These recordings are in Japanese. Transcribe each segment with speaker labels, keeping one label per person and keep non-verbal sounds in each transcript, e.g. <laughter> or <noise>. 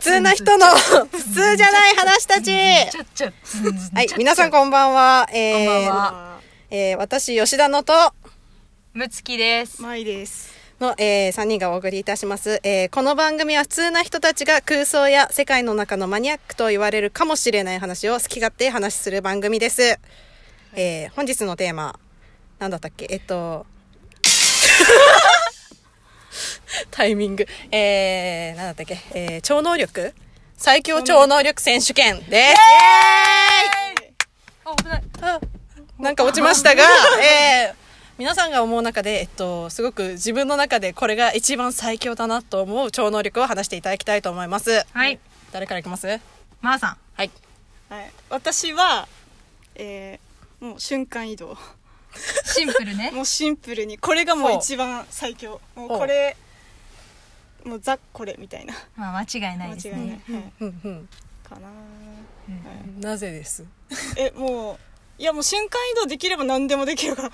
Speaker 1: 通な人の <laughs> 普通じゃない話たち
Speaker 2: ちゃっちゃ
Speaker 1: はい、皆さん
Speaker 2: ん
Speaker 1: こんばんは。えー
Speaker 2: こんばんは
Speaker 1: えー私、吉田のと、
Speaker 2: むつきです
Speaker 3: まいです。
Speaker 1: の、え3人がお送りいたします、えーこの番組は普通な人たちが空想や世界の中のマニアックと言われるかもしれない話を好き勝手話しする番組です。えー本日のテーマ、なんだったっけえっ <laughs> と、タイミング。えー、なんだったっけえー超能力最強超能力選手権です。イエーイ
Speaker 2: あ危ない
Speaker 1: あなんか落ちましたが、 <laughs> えー皆さんが思う中で、えっと、すごく自分の中でこれが一番最強だなと思う超能力を話していただきたいと思います。
Speaker 2: はい
Speaker 1: 誰からいきますは
Speaker 2: まーさん
Speaker 1: い。
Speaker 3: はい。私は、えー、もう瞬間移動。
Speaker 2: シンプルね
Speaker 3: <laughs> もうシンプルに、これがもう
Speaker 1: お
Speaker 3: 一番最強。もう
Speaker 1: お
Speaker 3: これ、もうザこれみたいな。
Speaker 2: まあ間違いない
Speaker 3: 間
Speaker 2: です
Speaker 3: 違いない
Speaker 2: ね。
Speaker 3: はい
Speaker 1: うんうん。
Speaker 3: かな
Speaker 2: うん
Speaker 3: はい
Speaker 1: なぜです
Speaker 3: え、もう、いやもう瞬間移動できれば何でもできるから。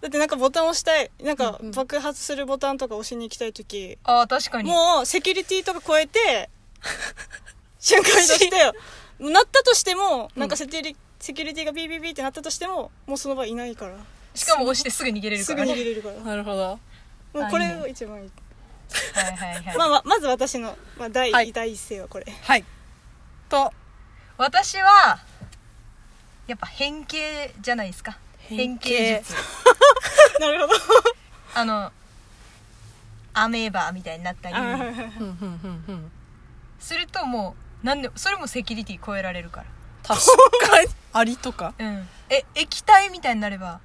Speaker 3: だってなんかボタン押したい。なんか
Speaker 1: うんうん
Speaker 3: 爆発するボタンとか押しに行きたいとき、
Speaker 2: あ確かに
Speaker 3: もうセキュリティとか超えて、瞬間移動してよ。なったとしても、なんかセキュリセキュリティがビービービーってなったとしても、もうその場いないから。
Speaker 2: しかも押してすぐ逃げれる
Speaker 3: す
Speaker 2: か
Speaker 3: ぐ
Speaker 2: らね
Speaker 3: 逃げれるから。
Speaker 1: なるほど。
Speaker 3: もうこれを一番いい。
Speaker 2: はいはいはい
Speaker 3: まあまあ、まず私の、まあ、第、
Speaker 1: はい
Speaker 3: 第一声はこれ。
Speaker 1: はい。と、
Speaker 2: 私はやっぱ変形じゃないですか変
Speaker 1: 変形
Speaker 2: 形術
Speaker 3: <laughs> なるほど。
Speaker 2: あのアメーバみたいになったり
Speaker 3: あーはいはいはい
Speaker 1: うんうんうんうん。
Speaker 2: するともうなんでそれもセキュリティ超えられるか
Speaker 1: 確かに。 <laughs> アリとから
Speaker 2: うんえ液体みたいになれば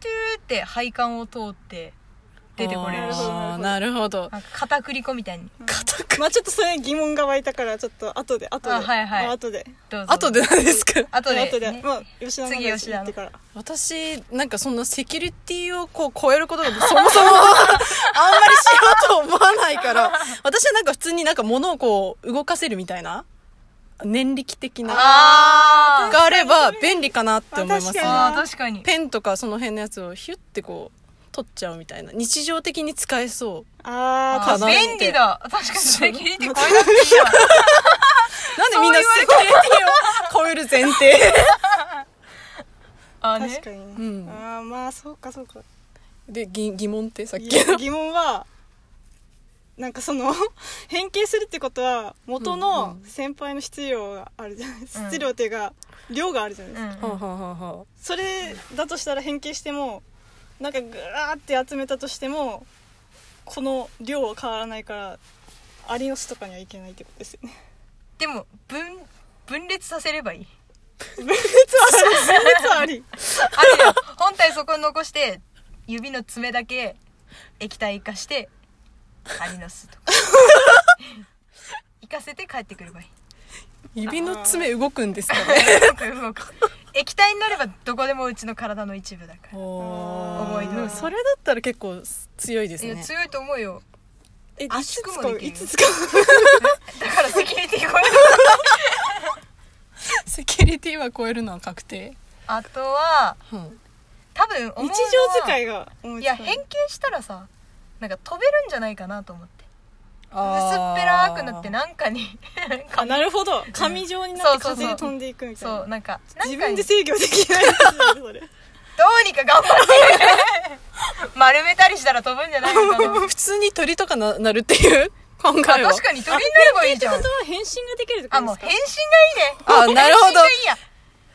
Speaker 2: トゥーって配管を通って出てこれるし
Speaker 1: あーなるほど。
Speaker 2: なんか片栗粉みたいに
Speaker 3: まあちょっとそれ疑問が湧いたから、ちょっと後で、後で。
Speaker 2: あはいはい
Speaker 3: まあ後で。
Speaker 2: どうぞ
Speaker 1: あとで何ですか
Speaker 2: 後で、ね、
Speaker 3: 後で。まあ、吉田の
Speaker 2: 次
Speaker 3: 話
Speaker 2: 吉田
Speaker 3: 言
Speaker 2: の
Speaker 3: ってから。
Speaker 1: 私、なんかそんなセキュリティをこう超えることがそもそもあんまりしようと思わないから、私はなんか普通になんか物をこう動かせるみたいな、念力的な、
Speaker 2: あー
Speaker 1: があれば便利かなって思います
Speaker 3: 確かに
Speaker 2: あー確かに
Speaker 1: ペンとかその辺のやつをヒュッてこう取っちゃうみたいな、日常的に使えそ
Speaker 3: あー、
Speaker 2: あ
Speaker 3: か
Speaker 1: かな
Speaker 2: ー
Speaker 1: って
Speaker 2: 便利だ確かにセキュリティ超えなくていいわ
Speaker 1: う。なんでみんなセキュリティを超える前提
Speaker 2: あーね
Speaker 3: 確かにね。
Speaker 1: うん
Speaker 3: あー、まあ、そうかそうか。
Speaker 1: で、疑疑問ってさっき
Speaker 3: い
Speaker 1: の
Speaker 3: や疑問はなんかその <laughs> 変形するってことは元の先輩の質量があるじゃないです
Speaker 2: うん
Speaker 3: か質量っていうか量があるじゃないですか、
Speaker 2: うん
Speaker 1: はあはあはあはあ
Speaker 3: それだとしたら変形してもなんかぐらーって集めたとしてもこの量は変わらないからアリの巣とかにはいけないってことですよね
Speaker 2: でも分分裂させればいい
Speaker 3: 分裂は分裂はあり
Speaker 2: あるよ本体そこに残して指の爪だけ液体化してアリの巣とか行かせて帰ってくればいい
Speaker 1: 指の爪動くんですかね。
Speaker 2: 動く動く <laughs> 液体になればどこでもうちの体の一部だから
Speaker 1: お
Speaker 2: 重い
Speaker 1: ー
Speaker 2: の
Speaker 1: でもそれだったら結構強いです
Speaker 2: いや
Speaker 1: ね
Speaker 2: 強いと思うよ
Speaker 1: え
Speaker 3: いつ
Speaker 2: 足
Speaker 3: 使
Speaker 2: も
Speaker 3: う
Speaker 2: できる
Speaker 3: いつ使う
Speaker 2: だからセキュリティ超える
Speaker 1: セキュリティは超えるのは確定、
Speaker 2: あとは
Speaker 1: うん、
Speaker 2: 多分 <laughs> 思うの
Speaker 3: 日
Speaker 2: は
Speaker 3: 常使いが思い
Speaker 2: い
Speaker 3: つか
Speaker 2: や
Speaker 3: な
Speaker 2: 変形したらさなんか飛べるんじゃないかなと思って薄っぺらくなってなんかに
Speaker 3: あなるほど紙状になって
Speaker 2: そうそう
Speaker 3: 風
Speaker 2: そう
Speaker 3: に飛んでいくみたいな
Speaker 2: そうなんかなんかに
Speaker 3: 自分で制御できないですねそれ
Speaker 2: どうにか頑張って丸めたりしたら飛ぶんじゃないの
Speaker 3: <laughs>
Speaker 2: かな
Speaker 1: 普通に鳥とかななるっていう考
Speaker 2: <laughs> あ
Speaker 1: えは
Speaker 2: 確かに鳥になればいいじゃん
Speaker 3: は変身ができるって
Speaker 2: あもう変身が
Speaker 1: あ
Speaker 2: いいね
Speaker 1: なるほど
Speaker 2: 変身がい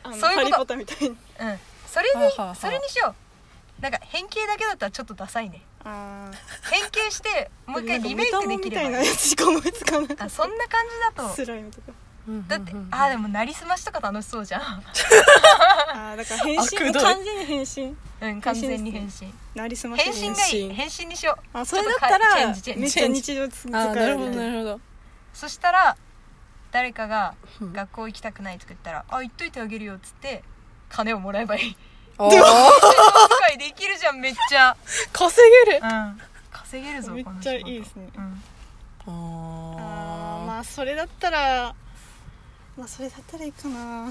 Speaker 3: あの
Speaker 2: そういうこと
Speaker 3: ハリポタみたいに
Speaker 2: いやうんそれに、
Speaker 1: はあはあはあ
Speaker 2: それにしようなんか変形だけだったらちょっとダサいね
Speaker 3: あ
Speaker 2: 変形
Speaker 1: <laughs>
Speaker 2: してもう一回リメイクでき
Speaker 3: み
Speaker 2: れば
Speaker 3: たい
Speaker 2: いい
Speaker 3: なやつしか思いつかなか
Speaker 2: あ
Speaker 3: っ
Speaker 2: そんな感じだ
Speaker 3: た
Speaker 2: と
Speaker 3: スライムとか
Speaker 2: だってあでもなりすましとか楽しそうじゃん <laughs>
Speaker 3: あーだから変身
Speaker 1: 悪
Speaker 3: も
Speaker 1: どい
Speaker 3: 完全に変身
Speaker 2: うん完全に変身
Speaker 3: なりすまし
Speaker 2: 変
Speaker 3: て
Speaker 2: 身
Speaker 3: ね
Speaker 2: がいい
Speaker 1: 変身
Speaker 2: 変身にしよう
Speaker 3: あそれだった
Speaker 2: ちょっとかチェン
Speaker 3: ら
Speaker 2: ジチェン
Speaker 3: めっ
Speaker 2: ジ
Speaker 3: ちゃ日常使
Speaker 1: あーなるほど
Speaker 3: え
Speaker 1: な
Speaker 3: る
Speaker 1: るほど
Speaker 2: そしたら誰かが
Speaker 1: うん
Speaker 2: 学校行きたくないとか言ったら「あ行っといてあげるよ」っつって金をもらえ
Speaker 1: <laughs>
Speaker 2: ばいい
Speaker 1: おー
Speaker 2: 世界できるじゃんめっちゃ
Speaker 1: 稼げる
Speaker 2: うん稼げるぞ
Speaker 3: めっ
Speaker 2: この仕
Speaker 3: ちゃ
Speaker 2: 事
Speaker 3: いいですね
Speaker 2: うん
Speaker 3: あー
Speaker 1: あ
Speaker 3: まあそれだったらまあそれだったらいいかな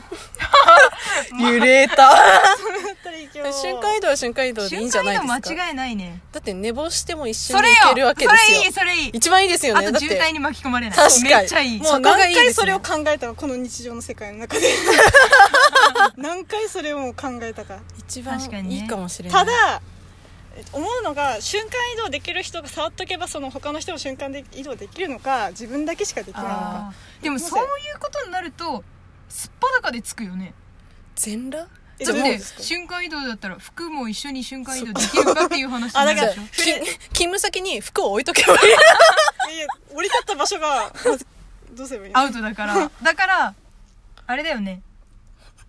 Speaker 1: 揺れ
Speaker 2: <laughs>
Speaker 1: た。
Speaker 3: だったらいいけど
Speaker 1: 瞬間移動は瞬間移動でいいん
Speaker 2: 瞬
Speaker 1: じゃ
Speaker 2: 間
Speaker 1: ない
Speaker 2: 移
Speaker 1: ですか。
Speaker 2: 動
Speaker 1: だ
Speaker 2: 間違いないね
Speaker 1: って寝坊しても一緒に
Speaker 2: それよ
Speaker 1: 行
Speaker 2: そ
Speaker 1: けるわけですよ。
Speaker 2: れいいそれいい
Speaker 1: 一番いいですよ
Speaker 2: あ
Speaker 1: ね。だ
Speaker 2: と
Speaker 1: っ
Speaker 2: 渋
Speaker 1: て
Speaker 2: 滞に巻き込まれない
Speaker 1: 確かに
Speaker 2: めっちゃいい
Speaker 1: もう
Speaker 2: そ
Speaker 1: そこがい
Speaker 3: 何
Speaker 1: いですね
Speaker 3: 回それを考えたかこの日常の世界の中で <laughs> 何回それをもう考えたか
Speaker 1: 一番
Speaker 2: 確かにね
Speaker 1: いいかもしれない。
Speaker 3: ただ思うのが瞬間移動できる人が触っとけばその他の人も瞬間で移動できるのか自分だけしかできないのか
Speaker 2: あーでもそういうことになるとすっぱだかでつくよね
Speaker 1: 全裸
Speaker 3: え
Speaker 2: だっ
Speaker 3: どうで
Speaker 2: て
Speaker 3: すか
Speaker 2: 瞬間移動だったら服も一緒に瞬間移動できるかっていう話にな
Speaker 3: あ
Speaker 2: る
Speaker 3: だ
Speaker 2: で
Speaker 3: から
Speaker 2: しょ
Speaker 1: き勤務先に服を置いとけばいい。
Speaker 3: いや降り立った場所がまずどうすればいいの
Speaker 2: アウトだからだからあれだよね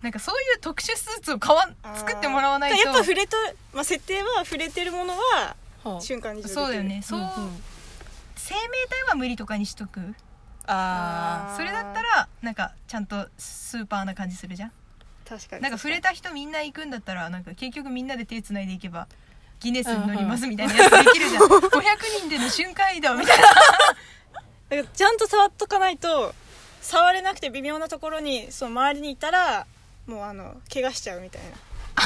Speaker 2: なんかそういう特殊スーツを買わん
Speaker 3: あー
Speaker 2: 作ってもらわないと
Speaker 3: やっぱ触れと、まあ、設定は触れてるものは
Speaker 1: はあ
Speaker 3: 瞬間に移動でき
Speaker 2: <laughs>
Speaker 3: る
Speaker 2: そうだよねそう、
Speaker 1: んん
Speaker 2: 生命体は無理とかにしとく
Speaker 1: あ
Speaker 3: あー
Speaker 2: それだったらなんかちゃんとスーパーな感じするじゃん
Speaker 3: 確かに
Speaker 2: なんか触れた人みんな行くんだったらなんか結局みんなで手つないでいけばギネスに乗りますみたいなやつできるじゃん500人での瞬間移動みた <laughs> いな
Speaker 3: だからちゃんと触っとかないと触れなくて微妙なところにその周りにいたらもうあの怪我しちゃうみたい
Speaker 2: <laughs>
Speaker 3: な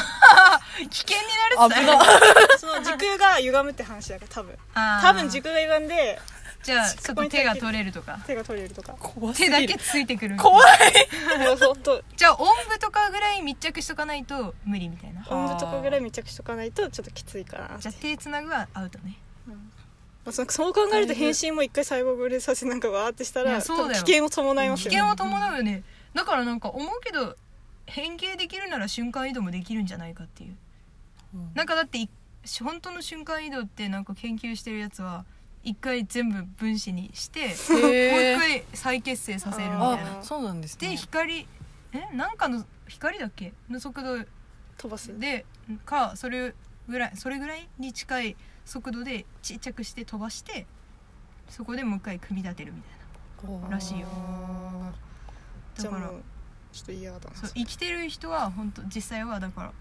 Speaker 2: 危険になるっ
Speaker 1: 危
Speaker 2: て
Speaker 1: な
Speaker 3: その時空が歪むって話だから多分
Speaker 2: あー
Speaker 3: 多分時空が歪んで
Speaker 2: じゃあちょっと手が取れるとか
Speaker 3: 手が取れ
Speaker 2: <laughs>
Speaker 3: るとか
Speaker 1: 怖すぎ
Speaker 2: 手
Speaker 1: る
Speaker 2: だけついてくる
Speaker 1: 怖い。
Speaker 3: もう本 <laughs> 当
Speaker 2: じゃあおんぶとかぐらい密着しとかないと無理みたいな
Speaker 3: おんぶとかぐらい密着しとかないとちょっときついから
Speaker 2: じゃあ手つなぐはアウトね
Speaker 3: まあ、そのそう考えると変身も一回細胞分裂させなんかわーってした
Speaker 2: い
Speaker 3: ら
Speaker 2: やそうだよ
Speaker 3: 多分危険を伴いま
Speaker 2: 危
Speaker 3: すよね
Speaker 2: 険を伴うよねだからなんか思うけど変形できるなら瞬間移動もできるんじゃないかっていう
Speaker 1: うん
Speaker 2: なんかだってい本当の瞬間移動ってなんか研究してるやつは一回全部分子にしてもう
Speaker 1: へー
Speaker 2: 一回再結成させるみたいな
Speaker 1: あ、そうなんです
Speaker 2: で
Speaker 1: ね。
Speaker 2: 光えなんかの光だっけの速度
Speaker 3: 飛ばす
Speaker 2: でかそれぐらいそれぐらいに近い速度でちっちゃくして飛ばしてそこでもう一回組み立てるみたいならしいよ
Speaker 3: あーじ
Speaker 2: だ
Speaker 3: ゃ
Speaker 2: か
Speaker 3: あも
Speaker 2: ら
Speaker 3: うちょっと嫌だな
Speaker 2: そう生きてる人は本当実際はだから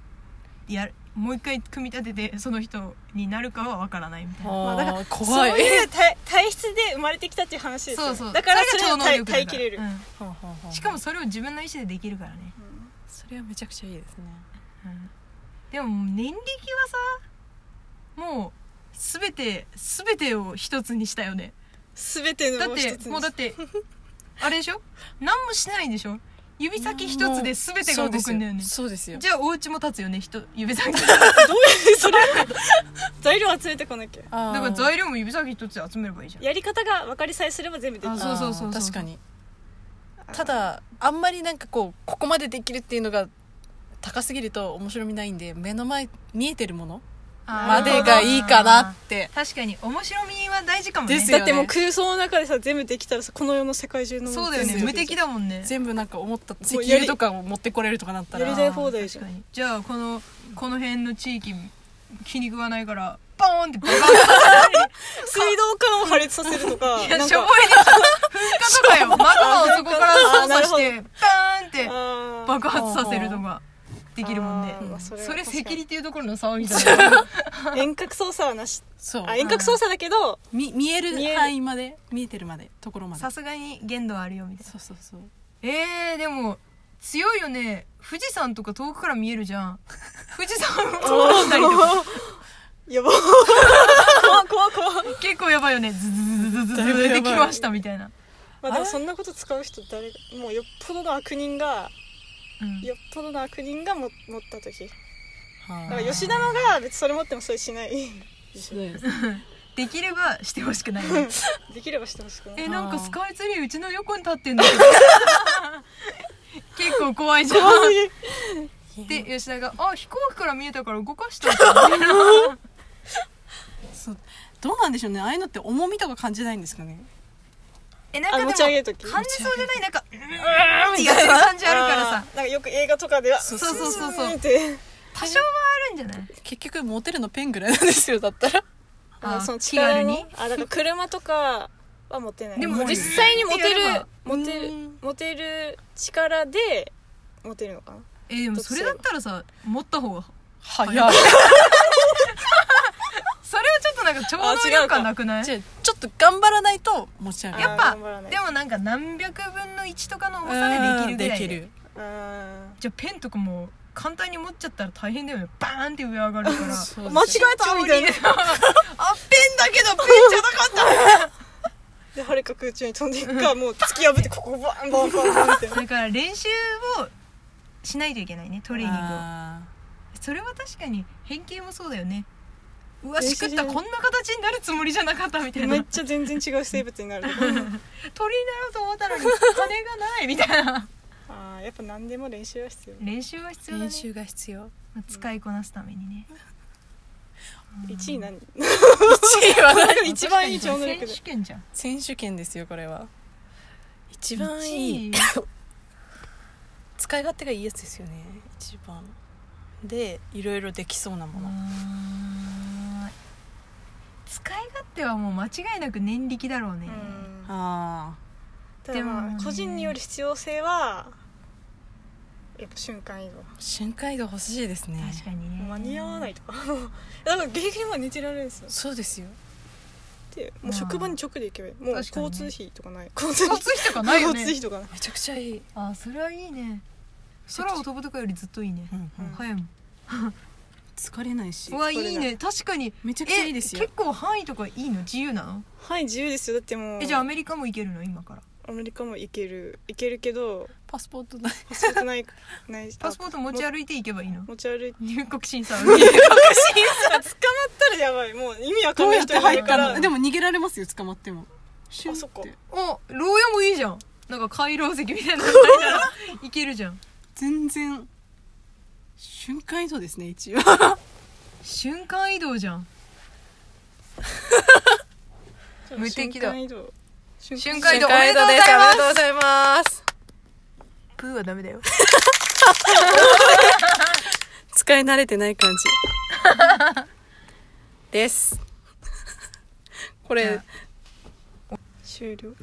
Speaker 2: やるもう一回組み立ててその人になるかは分からないみたいな
Speaker 1: あー
Speaker 3: まあだから
Speaker 1: 怖い。
Speaker 3: そういう体体質で生まれてきたっていう話です
Speaker 2: そ
Speaker 3: よ、
Speaker 2: う
Speaker 3: ね、
Speaker 2: そう
Speaker 3: だから
Speaker 2: そ
Speaker 3: そ
Speaker 2: れ
Speaker 3: れ
Speaker 2: が超
Speaker 3: を
Speaker 2: 能
Speaker 3: 耐え
Speaker 2: 力
Speaker 3: 耐え
Speaker 2: だ
Speaker 3: き
Speaker 2: か
Speaker 3: れる、
Speaker 2: ら、
Speaker 1: はあはあは
Speaker 2: う
Speaker 1: あ
Speaker 2: んしかもそれを自分の意思でできるからね、
Speaker 3: うん
Speaker 1: それはめちゃくちゃいいですね。
Speaker 2: うんでも年力はさもう全て全てを一つにしたよね
Speaker 3: 全て
Speaker 2: だ
Speaker 3: の
Speaker 2: っ
Speaker 3: を一
Speaker 2: て
Speaker 3: つに
Speaker 2: もうだってあれでしょ何もしないでしょ指先一つで全てが動くんだよね
Speaker 1: そうですよ。
Speaker 2: じゃあお家も立つよね人指先だ
Speaker 3: どういうそれ <laughs> 材料集めてこなきゃ
Speaker 1: あー
Speaker 2: から材料も指先一つで集めればいいじゃん
Speaker 3: やり方が分かりさえすれば全部でき
Speaker 2: あ
Speaker 3: る
Speaker 2: そうそうそうそう
Speaker 1: あー確かにただあんまりなんかこうここまでできるっていうのが高すぎると面白みないんで目の前見えてるもの
Speaker 2: あー
Speaker 1: までがいいかなって
Speaker 2: 確かに面白みは大事かもね
Speaker 1: ですよ
Speaker 3: だってもう空想の中でさ全部できたらさこの世の世界中のもの
Speaker 2: そうだよね
Speaker 3: 全部
Speaker 2: 無
Speaker 3: でき
Speaker 2: 敵
Speaker 3: る
Speaker 2: だもんね
Speaker 1: 全部なんか思った石
Speaker 3: もうや
Speaker 1: 油
Speaker 3: り
Speaker 1: とかを持ってこれるとかなった
Speaker 3: やり
Speaker 1: ら
Speaker 3: たい放題じゃん
Speaker 2: 確かにじゃあこのこの辺の地域気に食わないからボーンってバカさ
Speaker 3: 水道管を破裂させるとか
Speaker 2: せるい
Speaker 3: な
Speaker 2: や
Speaker 3: ん
Speaker 2: しょぼ
Speaker 3: か
Speaker 2: いでしょ噴火とかよマグマをそこから操作してバーンって
Speaker 3: あー
Speaker 2: 爆発させるとかできるもんね
Speaker 3: あーまあ
Speaker 2: そ
Speaker 3: それは
Speaker 2: れ
Speaker 3: 確かに
Speaker 2: セキュリティのところの騒みたいな
Speaker 3: 遠隔操作はなし
Speaker 1: そう
Speaker 3: あ遠隔操作だけど
Speaker 1: み見える
Speaker 3: 見える
Speaker 1: 範囲まで見えてるまでところまで
Speaker 2: さすがに限度はあるよみたいな
Speaker 1: そうそうそう
Speaker 2: えー、でも強いよね富士山とか遠くから見えるじゃん富士山を通ったりとか
Speaker 3: やば <laughs> 怖い怖い怖い
Speaker 2: 結構やばいよねズズズズズズ
Speaker 1: だいぶ
Speaker 2: 出
Speaker 1: やば
Speaker 2: て
Speaker 1: い
Speaker 2: きましたみたいな、
Speaker 3: まあでもそんなこと使う人誰がもうよっぽどの悪人が
Speaker 2: うん
Speaker 3: よっぽどの悪人がも持った時だか
Speaker 1: は
Speaker 3: ら
Speaker 1: い
Speaker 3: 吉田のが別にそれ持ってもそれ
Speaker 2: <laughs>
Speaker 3: しない
Speaker 2: できればしてほしくないね、
Speaker 3: できればしてほしくない
Speaker 2: え
Speaker 1: ー
Speaker 2: なんかスカイツリーうちの <laughs> 横に立ってんだけど結構怖いじゃ
Speaker 3: 怖す
Speaker 2: ん
Speaker 3: ぎ
Speaker 2: で吉田が「あ飛行機から見えたから動かした」って言
Speaker 3: <laughs>
Speaker 2: って
Speaker 1: そうどうなんでしょうねああいうのって重みとか感じないんですかね
Speaker 2: えなん
Speaker 3: あ
Speaker 2: かでも
Speaker 3: 持ち上げる時
Speaker 2: 感じそうじゃないなん
Speaker 3: <laughs>
Speaker 2: か「うーん」ってやる感じあるからさ
Speaker 3: あーなんかよく映画とかでは
Speaker 2: そうそうそうそう
Speaker 3: ーんって
Speaker 2: 多少はあるんじゃない
Speaker 1: 結局モテるのペンぐらいなんですよだったら
Speaker 2: あ
Speaker 3: あその
Speaker 2: 気軽
Speaker 3: 力の
Speaker 2: に
Speaker 3: あだから車とかは持てない
Speaker 2: でも
Speaker 3: 実際に持てる
Speaker 1: 重い
Speaker 3: 持てる
Speaker 1: うん
Speaker 3: 持てる力で持てるのかな
Speaker 2: えでもそれだったらさ持った方が
Speaker 1: 早い
Speaker 2: それはちょっともなんか超
Speaker 1: あ
Speaker 2: 能
Speaker 1: 違
Speaker 2: 力
Speaker 1: うか
Speaker 2: 感なくない
Speaker 1: 違うちょっと頑張らないと持ち上げない
Speaker 3: あ
Speaker 2: やっぱ
Speaker 3: 頑張らない
Speaker 2: でもなんか何百分の1とかの重さでできるぐら
Speaker 1: うんでき
Speaker 2: いで
Speaker 1: る
Speaker 3: うん
Speaker 2: じゃあペンとかも簡単に持っちゃったら大変だよねバーンって上上がる
Speaker 3: <laughs>
Speaker 2: から
Speaker 1: そう
Speaker 3: 間違えたみたいな
Speaker 2: 超無理あペンだけどペンじゃなかった
Speaker 3: <laughs> ではるか空中に飛んでいくかもう突き破ってここバンバンバンバンっ
Speaker 2: <laughs>
Speaker 3: て
Speaker 2: だから練習をしないといけないねト
Speaker 1: ト
Speaker 2: レーニングをそれは確かに変形もそうだよねうわ
Speaker 3: 練
Speaker 2: し
Speaker 3: 習
Speaker 2: くっ
Speaker 3: じゃ
Speaker 2: た
Speaker 3: ない
Speaker 2: こんな形になるつもりじゃなかったみたいな
Speaker 3: <laughs> めっ
Speaker 2: 鳥に
Speaker 3: ちゃ全然違う生物になる
Speaker 2: なろうと思ったのに羽がないみたいな
Speaker 3: あーやっぱ何でも練習は必要
Speaker 2: 練習は必要だね
Speaker 1: 練習が必要
Speaker 2: まあ使いこなすためにね
Speaker 3: 1位何
Speaker 1: 1位はない
Speaker 3: 一番いい
Speaker 2: 確か
Speaker 3: 超能
Speaker 2: に
Speaker 3: 力
Speaker 2: 選
Speaker 3: で
Speaker 2: 手権じゃん
Speaker 1: 選手権ですよこれは一番いい
Speaker 2: 一位
Speaker 1: 使い勝手がいいやつですよね一番でいろいろできそうなもの、
Speaker 2: あー使い勝手はもう間違いなく念力だろうね、
Speaker 3: うん
Speaker 1: あ
Speaker 3: ただ
Speaker 2: でも
Speaker 3: ま
Speaker 2: ね
Speaker 3: あ個人による必要性はやっぱ瞬間移動
Speaker 1: あ瞬間移動欲しいですね
Speaker 2: 確かにね
Speaker 3: 間に合わないとか <laughs> だからギリギリまで寝てられるんですよ
Speaker 1: そうですよ
Speaker 3: で
Speaker 2: ま
Speaker 3: も
Speaker 2: あ
Speaker 3: う職場に直で行けばいいもう
Speaker 2: 確かに
Speaker 3: 交
Speaker 2: ね
Speaker 3: 通費とかない交通
Speaker 2: 交通費とかないよね
Speaker 3: 交通費とかない
Speaker 1: めちゃくちゃいい、
Speaker 2: あーそれはいいね空を飛ぶとかよりずっといいね、
Speaker 1: うんうん
Speaker 2: 早いもん
Speaker 1: 疲れないし
Speaker 2: うわいいね確かに
Speaker 1: めちゃくちゃいいですよ
Speaker 2: 結構範囲とかいいの自由なの、
Speaker 3: はい自由ですよだってもう
Speaker 2: えじゃあアメリカも行けるの今から
Speaker 3: アメリカも行ける行けるけど
Speaker 1: パスポートない
Speaker 3: パスポートない <laughs> ない
Speaker 2: パスポート持ち歩いて行けばいいの
Speaker 3: あ持ち歩いて
Speaker 2: 入国審査
Speaker 1: <laughs>
Speaker 3: 捕まったらやばいもう意味わか
Speaker 1: ど
Speaker 3: ん
Speaker 1: う
Speaker 3: ない
Speaker 1: やっ
Speaker 3: 人
Speaker 1: て
Speaker 3: いな
Speaker 1: 入
Speaker 3: い
Speaker 1: る
Speaker 3: か
Speaker 1: からなでも逃げられますよ捕まってもシュン
Speaker 3: あそっか
Speaker 1: て
Speaker 2: お牢屋もいいじゃんなんか回廊席みたいなのあ
Speaker 1: <laughs>
Speaker 2: れなら行けるじゃん
Speaker 1: 全然瞬間移動ですね一応
Speaker 2: 瞬間移動じゃん無敵だ
Speaker 3: 瞬間移動瞬
Speaker 2: 瞬間
Speaker 1: 瞬
Speaker 2: 移動お
Speaker 1: 間
Speaker 2: め
Speaker 1: 移
Speaker 2: でとう
Speaker 1: 動で
Speaker 2: ござい
Speaker 1: すおめでとう
Speaker 2: ま
Speaker 1: ご
Speaker 2: す
Speaker 1: ざいます
Speaker 2: プーはダメだよ
Speaker 1: 使い慣れてない感じ <laughs> ですこ
Speaker 2: じ
Speaker 1: れ
Speaker 2: ゃ
Speaker 3: 終了